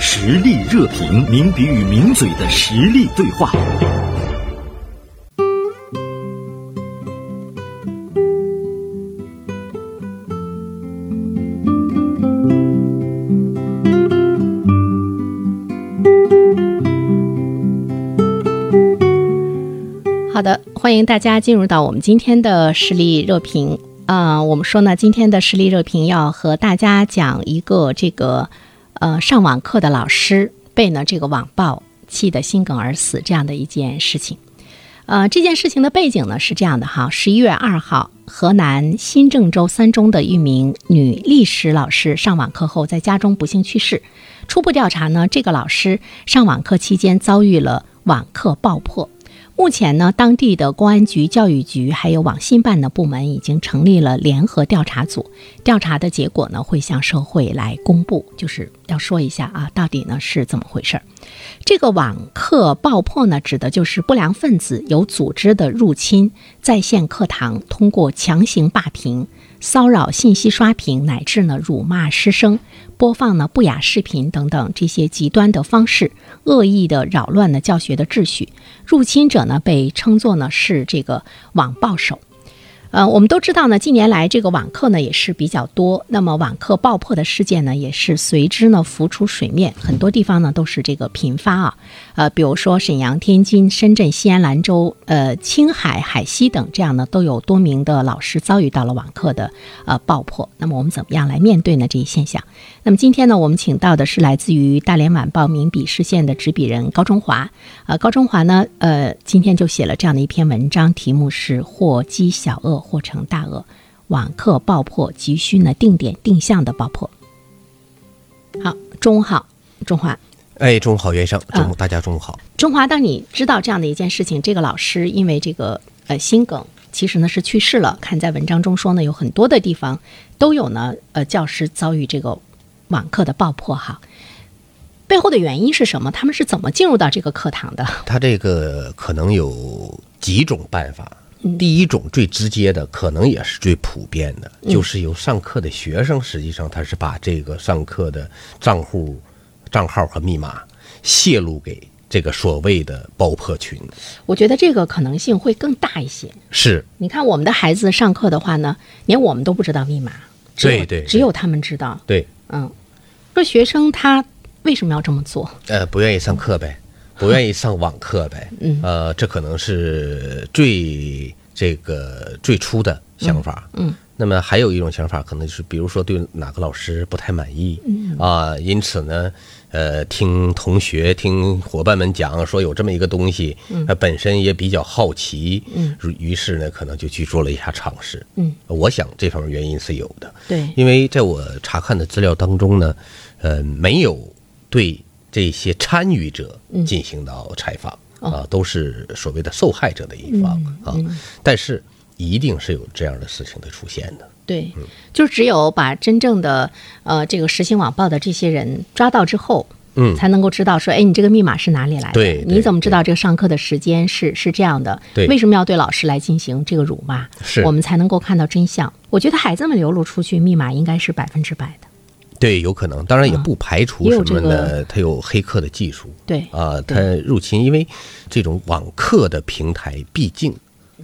实力热评，名笔与名嘴的实力对话。好的，欢迎大家进入到我们今天的实力热评。呃，我们说呢，今天的实力热评要和大家讲一个这个呃上网课的老师被呢这个网暴气得心梗而死这样的一件事情。呃，这件事情的背景呢是这样的哈，十一月二号，河南新郑州三中的一名女历史老师上网课后在家中不幸去世。初步调查呢，这个老师上网课期间遭遇了网课爆破。目前呢，当地的公安局、教育局还有网信办的部门已经成立了联合调查组，调查的结果呢会向社会来公布，就是要说一下啊，到底呢是怎么回事儿。这个网课爆破呢，指的就是不良分子有组织的入侵在线课堂，通过强行霸屏、骚扰、信息刷屏，乃至呢辱骂师生、播放呢不雅视频等等这些极端的方式，恶意的扰乱了教学的秩序。入侵者呢被称作呢是这个网暴手。呃，我们都知道呢，近年来这个网课呢也是比较多，那么网课爆破的事件呢也是随之呢浮出水面，很多地方呢都是这个频发啊，呃，比如说沈阳、天津、深圳、西安、兰州、呃青海、海西等这样呢都有多名的老师遭遇到了网课的呃爆破，那么我们怎么样来面对呢这一现象？那么今天呢，我们请到的是来自于《大连晚报》名笔视线的执笔人高中华，呃，高中华呢，呃，今天就写了这样的一篇文章，题目是“祸积小恶，祸成大恶”，网课爆破急需呢定点定向的爆破。好，中午好，中华。哎，中午好，袁生，中午大家中午好。中华，当你知道这样的一件事情，这个老师因为这个呃心梗，其实呢是去世了。看在文章中说呢，有很多的地方都有呢，呃，教师遭遇这个网课的爆破哈。背后的原因是什么？他们是怎么进入到这个课堂的？ 他这个可能有几种办法，第一种最直接的，可能也是最普遍的，就是由上课的学生，实际上他是把这个上课的账户、账号和密码泄露给这个所谓的爆破群，我觉得这个可能性会更大一些。是你看，我们的孩子上课的话呢，连我们都不知道密码，只有对对对只有他们知道。对，嗯，说学生他为什么要这么做？呃，不愿意上课呗，不愿意上网课呗， 嗯，呃，这可能是最这个最初的想法，嗯。那么还有一种想法，可能就是比如说对哪个老师不太满意，嗯啊、因此呢，呃，听同学、听伙伴们讲说有这么一个东西，嗯、呃，本身也比较好奇，嗯，于是呢，可能就去做了一下尝试，嗯，我想这方面原因是有的，对因为在我查看的资料当中呢，呃，没有对这些参与者嗯进行到采访、哦啊，都是所谓的受害者的一方、嗯啊，但是一定是有这样的事情的出现的。对，就只有把真正的呃这个实行网暴的这些人抓到之后。嗯才能够知道说，哎，你这个密码是哪里来的？对你对怎么知道这个上课的时间是是这样的？对为什么要对老师来进行这个辱骂？是我们才能够看到真相。我觉得孩子们流露出去密码应该是百分之百的。对，有可能，当然也不排除啊也什有么这呢？个它有黑客的技术，对啊，对它入侵，因为这种网课的平台，毕竟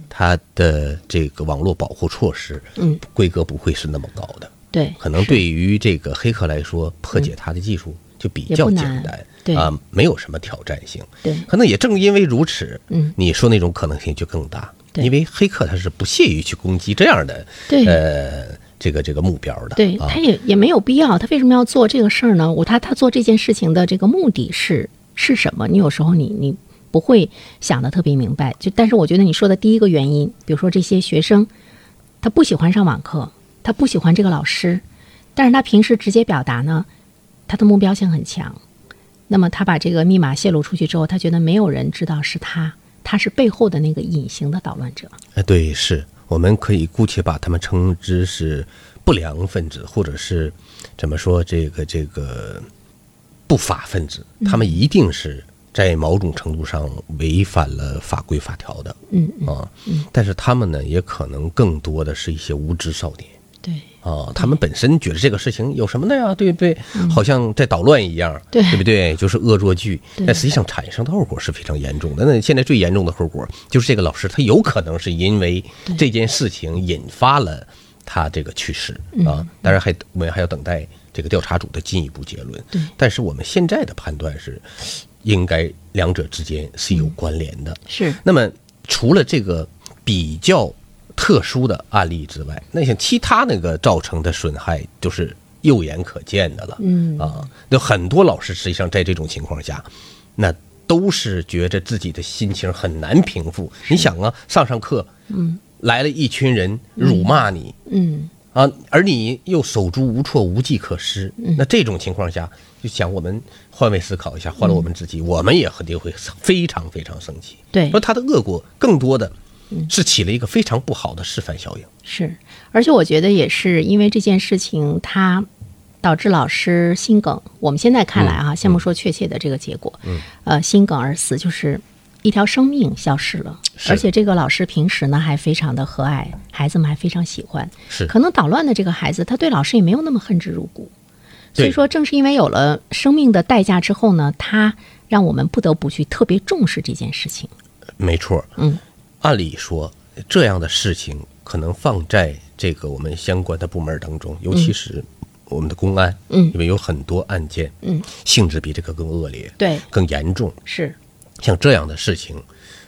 它的这个网络保护措施，嗯，规格不会是那么高的，对，可能对于这个黑客来说，破解它的技术就比嗯较简也不单难，对啊，没有什么挑战性。对可能也正因为如此，嗯，你说那种可能性就更大，对因为黑客他是不屑于去攻击这样的，对呃，这个这个目标的，对，啊他也也没有必要，他为什么要做这个事儿呢？我他他做这件事情的这个目的是是什么？你有时候你你不会想的特别明白。就但是我觉得你说的第一个原因，比如说这些学生，他不喜欢上网课，他不喜欢这个老师，但是他平时直接表达呢，他的目标性很强。那么他把这个密码泄露出去之后，他觉得没有人知道是他，他是背后的那个隐形的捣乱者。哎，对，是我们可以姑且把他们称之是不良分子，或者是怎么说这个这个不法分子，嗯他们一定是在某种程度上违反了法规法条的，嗯啊，但是他们呢，也可能更多的是一些无知少年，对，哦，他们本身觉得这个事情有什么的呀，对不对？好像在捣乱一样，嗯对不对？就是恶作剧，对但实际上产生的后果是非常严重的。那现在最严重的后果就是这个老师他有可能是因为这件事情引发了他这个去世嗯啊，当然还我们还要等待这个调查组的进一步结论。对但是我们现在的判断是，应该两者之间是嗯有关联的。是那么除了这个比较特殊的案例之外，那像其他那个造成的损害，就是肉眼可见的了。嗯啊，那很多老师实际上在这种情况下，那都是觉着自己的心情很难平复。你想啊，上上课，嗯，来了一群人辱骂你，嗯，啊，而你又手足无措、无计可施，那这种情况下，就想我们换位思考一下，换了我们自己，我们也肯定会非常非常生气。对说他的恶果更多的嗯是起了一个非常不好的示范效应。是，而且我觉得也是因为这件事情，它导致老师心梗。我们现在看来啊，嗯先不说确切的这个结果，呃，心梗而死，就是一条生命消失了。是而且这个老师平时呢还非常的和蔼，孩子们还非常喜欢。是可能捣乱的这个孩子，他对老师也没有那么恨之入骨。所以对说，正是因为有了生命的代价之后呢，他让我们不得不去特别重视这件事情。没错，嗯，按理说这样的事情可能放在这个我们相关的部门当中，尤其是我们的公安，嗯因为有很多案件，嗯，性质比这个更恶劣，对更严重，是，像这样的事情，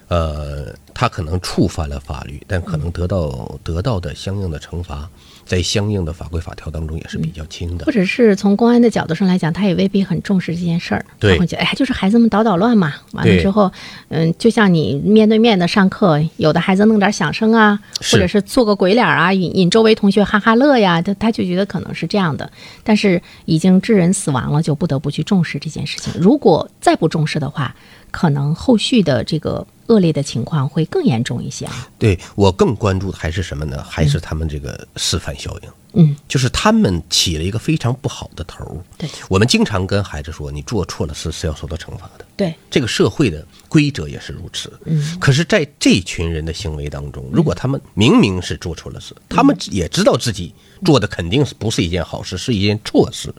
呃，他可能触犯了法律，但可嗯能得到得到的相应的惩罚，在相应的法规法条当中也是比较轻的或。者是从公安的角度上来讲，他也未必很重视这件事儿，他对会觉得哎呀，就是孩子们捣捣乱嘛，完了对之后，嗯，就像你面对面的上课，有的孩子弄点响声啊，是或者是做个鬼脸儿啊，引引周围同学哈哈乐呀，他他就觉得可能是这样的，但是已经致人死亡了，就不得不去重视这件事情。如果再不重视的话，可能后续的这个恶劣的情况会更严重一些啊。对我更关注的还是什么呢？还是他们这个示范效应。嗯，就是他们起了一个非常不好的头儿。对我们经常跟孩子说，你做错了事是要受到惩罚的。对，这个社会的规则也是如此。嗯，可是，在这群人的行为当中，如果他们明明是做错了事，他们也知道自己做的肯定是不是一件好事，是一件错事。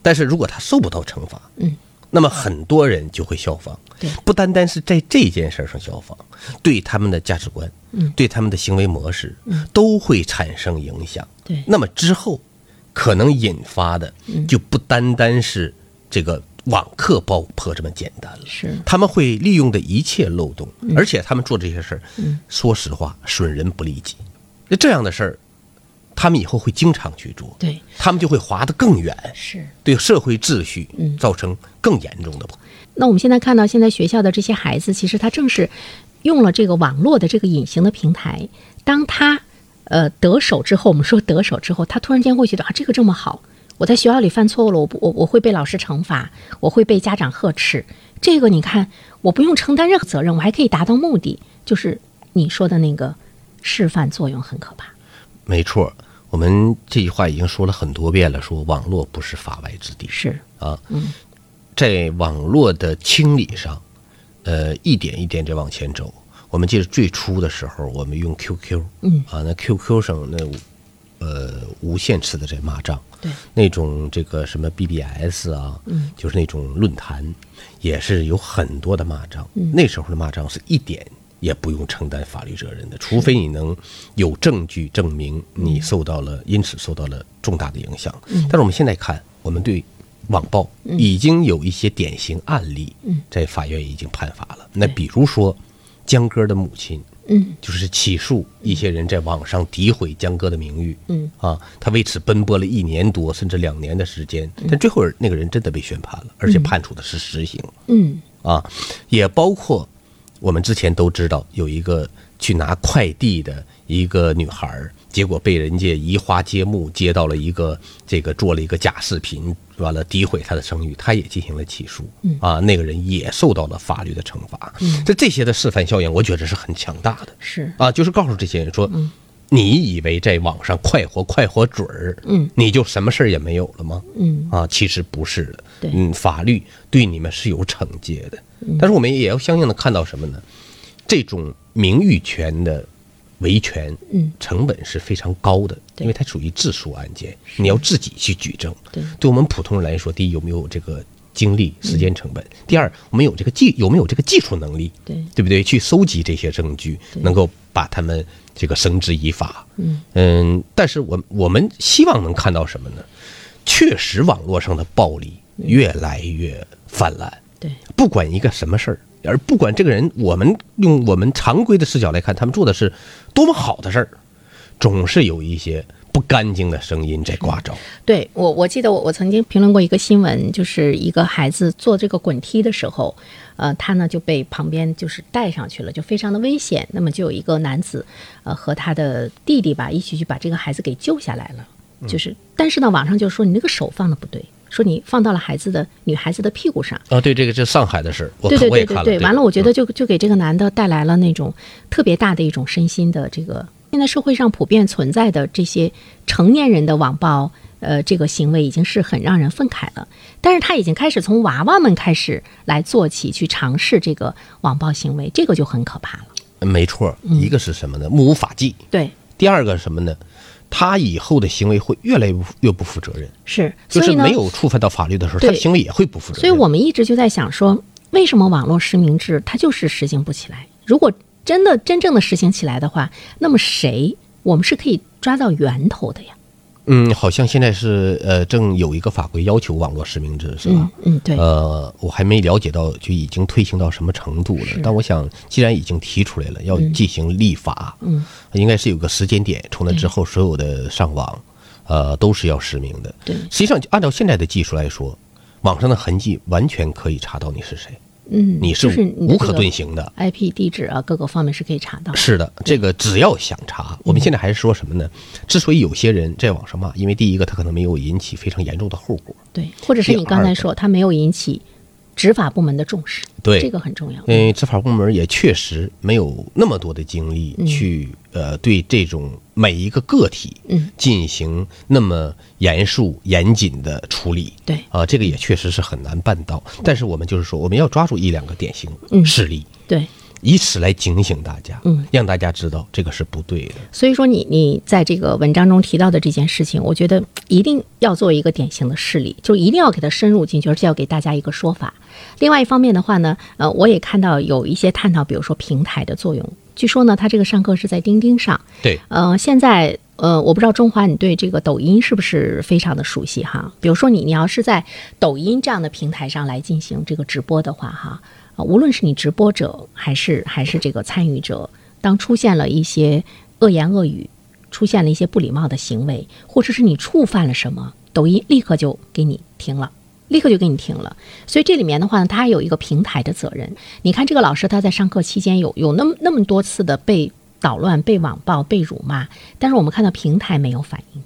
但是如果他受不到惩罚，嗯，那么很多人就会效仿对，不单单是在这件事儿上效仿，对他们的价值观，嗯，对他们的行为模式，嗯，都会产生影响。对那么之后可能引发的嗯就不单单是这个网课爆破这么简单了。是嗯他们会利用的一切漏洞，而且他们做这些事儿，说实话损人不利己。那这样的事儿，他们以后会经常去做，对他们就会滑得更远，是。嗯对社会秩序造成更严重的破坏。那我们现在看到，现在学校的这些孩子，其实他正是用了这个网络的这个隐形的平台。当他呃得手之后，我们说得手之后，他突然间会觉得啊，这个这么好，我在学校里犯错误了，我不我我会被老师惩罚，我会被家长呵斥。这个你看，我不用承担任何责任，我还可以达到目的，就是你说的那个示范作用很可怕。没错，我们这句话已经说了很多遍了，说网络不是法外之地是啊。在网络的清理上，呃，一点一点在往前走。我们记得最初的时候，我们用 QQ，嗯啊，那 QQ 上那呃无限次的在骂仗，对那种这个什么 BBS 啊，嗯，就是那种论坛，也是有很多的骂仗。那时候的骂仗是一点也不用承担法律责任的，除非你能有证据证明你受到了、因此受到了重大的影响。但是我们现在看，我们对网暴已经有一些典型案例，在法院已经判罚了。那比如说江歌的母亲，嗯，就是起诉一些人在网上诋毁江歌的名誉，嗯啊，他为此奔波了一年多甚至两年的时间，嗯但最后那个人真的被宣判了，而且判处的是实刑，嗯，啊，也包括我们之前都知道有一个去拿快递的一个女孩儿，结果被人家移花接木接到了一个这个做了一个假视频，完了诋毁她的声誉，她也进行了起诉，嗯啊，那个人也受到了法律的惩罚。这这些的示范效应，我觉得是很强大的。是啊，就是告诉这些人说，嗯你以为在网上快活快活嘴儿，嗯，你就什么事儿也没有了吗？嗯，啊，其实不是的，对嗯嗯，法律对你们是有惩戒的，但是我们也要相应的看到什么呢？这种名誉权的维权，嗯，成本是非常高的，对因为它属于自诉案件，你要自己去举证。对嗯我们普通人来说，第一有没有这个精力、时间成本？第二，我们有这个技有没有这个技术能力？对对不对？去搜集这些证据，能够把他们这个绳之以法。嗯但是我我们希望能看到什么呢？确实，网络上的暴力越来越泛滥。对，不管一个什么事儿，而不管这个人，我们用我们常规的视角来看，他们做的是多么好的事儿，总是有一些不干净的声音在刮着。对我，我记得我我曾经评论过一个新闻，就是一个孩子做这个滚梯的时候，呃，他呢就被旁边就是带上去了，就非常的危险。那么就有一个男子，呃，和他的弟弟吧一起去把这个孩子给救下来了。就是，但是呢，网上就说你那个手放的不对，说你放到了孩子的女孩子的屁股上。啊，对，这个是上海的事儿，我对看对我也对看对了。嗯对，完了，我觉得。得就就给这个男的带来了那种特别大的一种身心的这个。现在社会上普遍存在的这些成年人的网暴，呃，这个行为已经是很让人愤慨了。但是他已经开始从娃娃们开始来做起，去尝试这个网暴行为，这个就很可怕了。嗯没错，嗯一个是什么呢？目无法纪。对，第二个是什么呢？他以后的行为会越来越不越不负责任，是，就所是以呢，没有触犯到法律的时候，他对的行为也会不负责任。所以我们一直就在想说，为什么网络实名制它就是实行不起来？如果真的真正的实行起来的话，那么谁我们是可以抓到源头的呀？嗯，好像现在是呃，正有一个法规要求网络实名制，是吧？嗯，对，呃，我还没了解到就已经推行到什么程度了，但我想，既然已经提出来了，要嗯进行立法，嗯，应该是有个时间点。从那之后，所有的上网，呃，都是要实名的。嗯对实际上按照现在的技术来说，网上的痕迹完全可以查到你是谁，嗯，你就是是无可遁形的。 IP 地址啊，各个方面是可以查到。是的，这个只要想查，嗯我们现在还是说什么呢？之所以有些人在网上骂，因为第一个他可能没有引起非常严重的后果，对，或者是第你刚才二说，它没有引起执法部门的重视，对嗯这个很重要。因为执法部门也确实没有那么多的精力去、呃对这种每一个个体嗯进行那么严肃严谨的处理。对啊、这个也确实是很难办到。但是我们就是说，我们要抓住一两个典型嗯事例，对，以此来警醒大家，嗯，让大家知道这个是不对的。所以说你你在这个文章中提到的这件事情，我觉得一定要做一个典型的事例，就一定要给它深入进去，而且要给大家一个说法。另外一方面的话呢，呃，我也看到有一些探讨，比如说平台的作用。据说呢，他这个上课是在钉钉上，对，呃，现在呃，我不知道中华你对这个抖音是不是非常的熟悉哈？比如说你你要是在抖音这样的平台上来进行这个直播的话哈，呃无论是你直播者还是还是这个参与者，当出现了一些恶言恶语，出现了一些不礼貌的行为，或者是你触犯了什么，抖音立刻就给你停了。立刻就给你停了。所以这里面的话呢，它还有一个平台的责任。你看这个老师他在上课期间有有那么那么多次的被捣乱、被网暴、被辱骂，但是我们看到平台没有反应。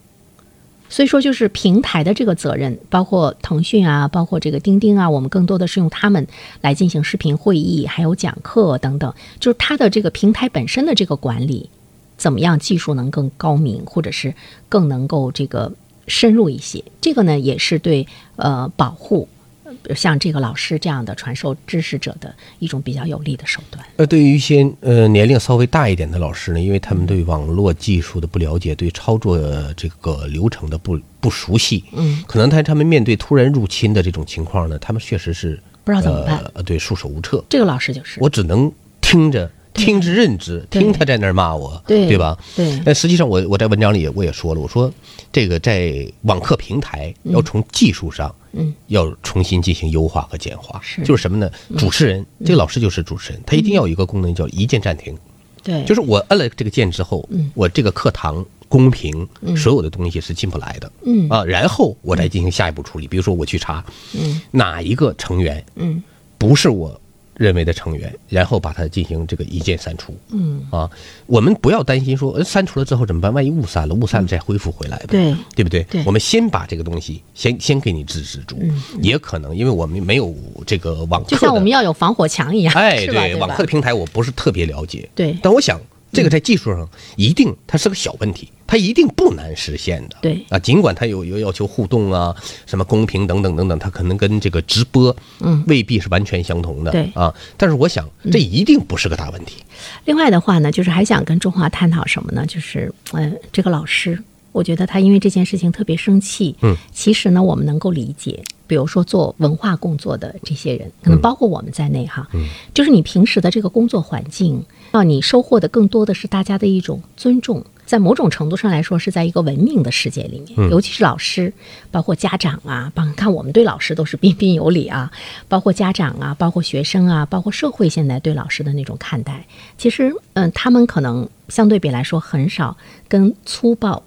所以说，就是平台的这个责任，包括腾讯啊，包括这个钉钉啊，我们更多的是用他们来进行视频会议，还有讲课等等，就是它的这个平台本身的这个管理，怎么样技术能更高明，或者是更能够这个深入一些。这个呢，也是对呃保护呃比如像这个老师这样的传授知识者的一种比较有力的手段。那对于一些呃年龄稍微大一点的老师呢，因为他们对网络技术的不了解，对操作这个流程的不不熟悉，嗯，可能他他们面对突然入侵的这种情况呢，他们确实是不知道怎么办呃，对，束手无策。这个老师就是我只能听着，听之任之，对听他在那儿骂我，对对吧？对但实际上我，我在文章里我也说了，我说这个在网课平台要从技术上，嗯，要重新进行优化和简化，是嗯就是什么呢？主持人，这个老师就是主持人，他一定要有一个功能叫一键暂停，对，就是我摁了这个键之后，嗯我这个课堂公屏所有的东西是进不来的，嗯啊，然后我再进行下一步处理，比如说我去查，嗯哪一个成员嗯不是我认为的成员，然后把它进行这个一键删除，嗯，啊，我们不要担心说呃删除了之后怎么办，万一误删了，误删了再恢复回来呗，嗯对对不对？对嗯我们先把这个东西先先给你制止住，也可能因为我们没有这个网课就的，像我们要有防火墙一样，哎，是吧？对，对网吧课的平台我不是特别了解，对但我想这个在技术上一定它是个小问题，它一定不难实现的。对啊，尽管它有有要求互动啊、什么公平等等等等，它可能跟这个直播嗯未必是完全相同的。对嗯啊，但是我想这一定不是个大问题。另外的话呢，就是还想跟中华探讨什么呢？就是嗯、呃这个老师，我觉得他因为这件事情特别生气。嗯，其实呢，我们能够理解，比如说做文化工作的这些人，可嗯能包括我们在内哈，嗯、就是你平时的这个工作环境，让你收获的更多的是大家的一种尊重。在某种程度上来说，是在一个文明的世界里面，嗯尤其是老师，包括家长啊，包看我们对老师都是彬彬有礼啊，包括家长啊，包括学生啊，包括社会现在对老师的那种看待，其实嗯，他们可能相对比来说很少跟粗暴，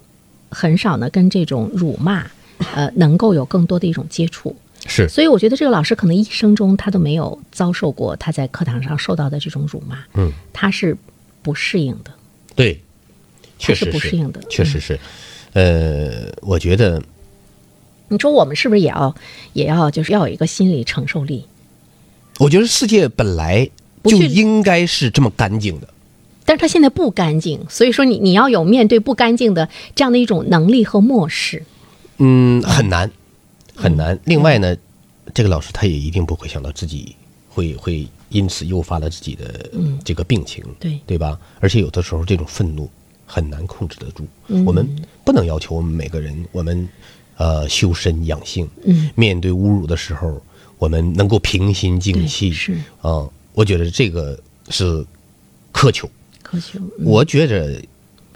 很少呢跟这种辱骂，呃，能够有更多的一种接触。是所以我觉得这个老师可能一生中他都没有遭受过他在课堂上受到的这种辱骂，嗯，他是不适应的。对，确是嗯实不适应的确实是。呃，我觉得你说我们是不是也要也要就是要有一个心理承受力？我觉得世界本来不就去应该是这么干净的。但是他现在不干净，所以说你你要有面对不干净的这样的一种能力和漠视。嗯，很难，很嗯难。另外呢，这个老师他也一定不会想到自己会会因此诱发了自己的这个病情，嗯对对吧？而且有的时候这种愤怒很难控制得住。嗯我们不能要求我们每个人，我们呃修身养性，嗯，面对侮辱的时候，我们能够平心静对气，是嗯，我觉得这个是苛求。可惜，我觉着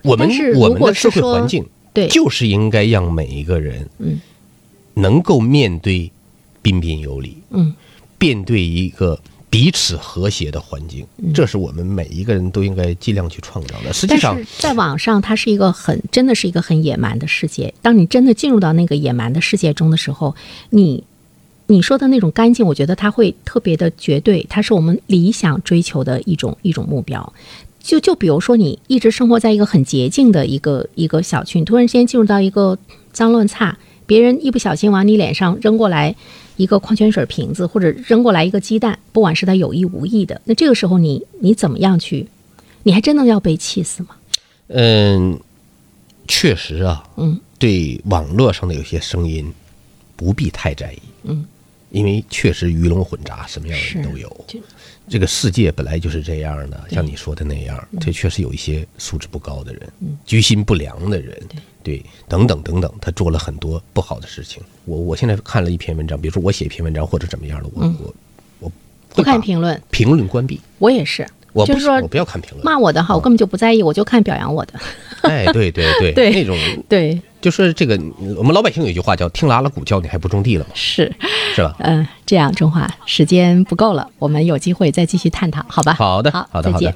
我们嗯但是我如们果的社是会说环境，对就是应该让每一个人，嗯，能够面对彬彬有礼，嗯，面对一个彼此和谐的环境，这是我们每一个人都应该尽量去创造的。实际嗯但上是，在网上，它是一个很真的是一个很野蛮的世界。当你真的进入到那个野蛮的世界中的时候，你你说的那种干净，我觉得它会特别的绝对，它是我们理想追求的一种一种目标。就就比如说，你一直生活在一个很洁净的一个一个小区，你突然之间进入到一个脏乱差，别人一不小心往你脸上扔过来一个矿泉水瓶子，或者扔过来一个鸡蛋，不管是他有意无意的，那这个时候你你怎么样去？你还真的要被气死吗？嗯，确实啊，嗯，对网络上的有些声音不必太在意，嗯，因为确实鱼龙混杂，什么样的人是都有。就这个世界本来就是这样的，像你说的那样，嗯这确实有一些素质不高的人，居心不良的人，对，等等等等，他做了很多不好的事情。我我现在看了一篇文章，比如说我写一篇文章或者怎么样的，我我我嗯不会看把评论，评论关闭，我也是，我就不是说我不要哦看评论。骂我的哈，我根本就不在意，我就看表扬我的。哎，对对 对，对那种对，就是这个，我们老百姓有一句话叫“听拉拉鼓叫你还不种地了嘛是，”，呃是吧？嗯、这样，中华时间不够了，我们有机会再继续探讨，好吧？好的，好，好的，再好的见。。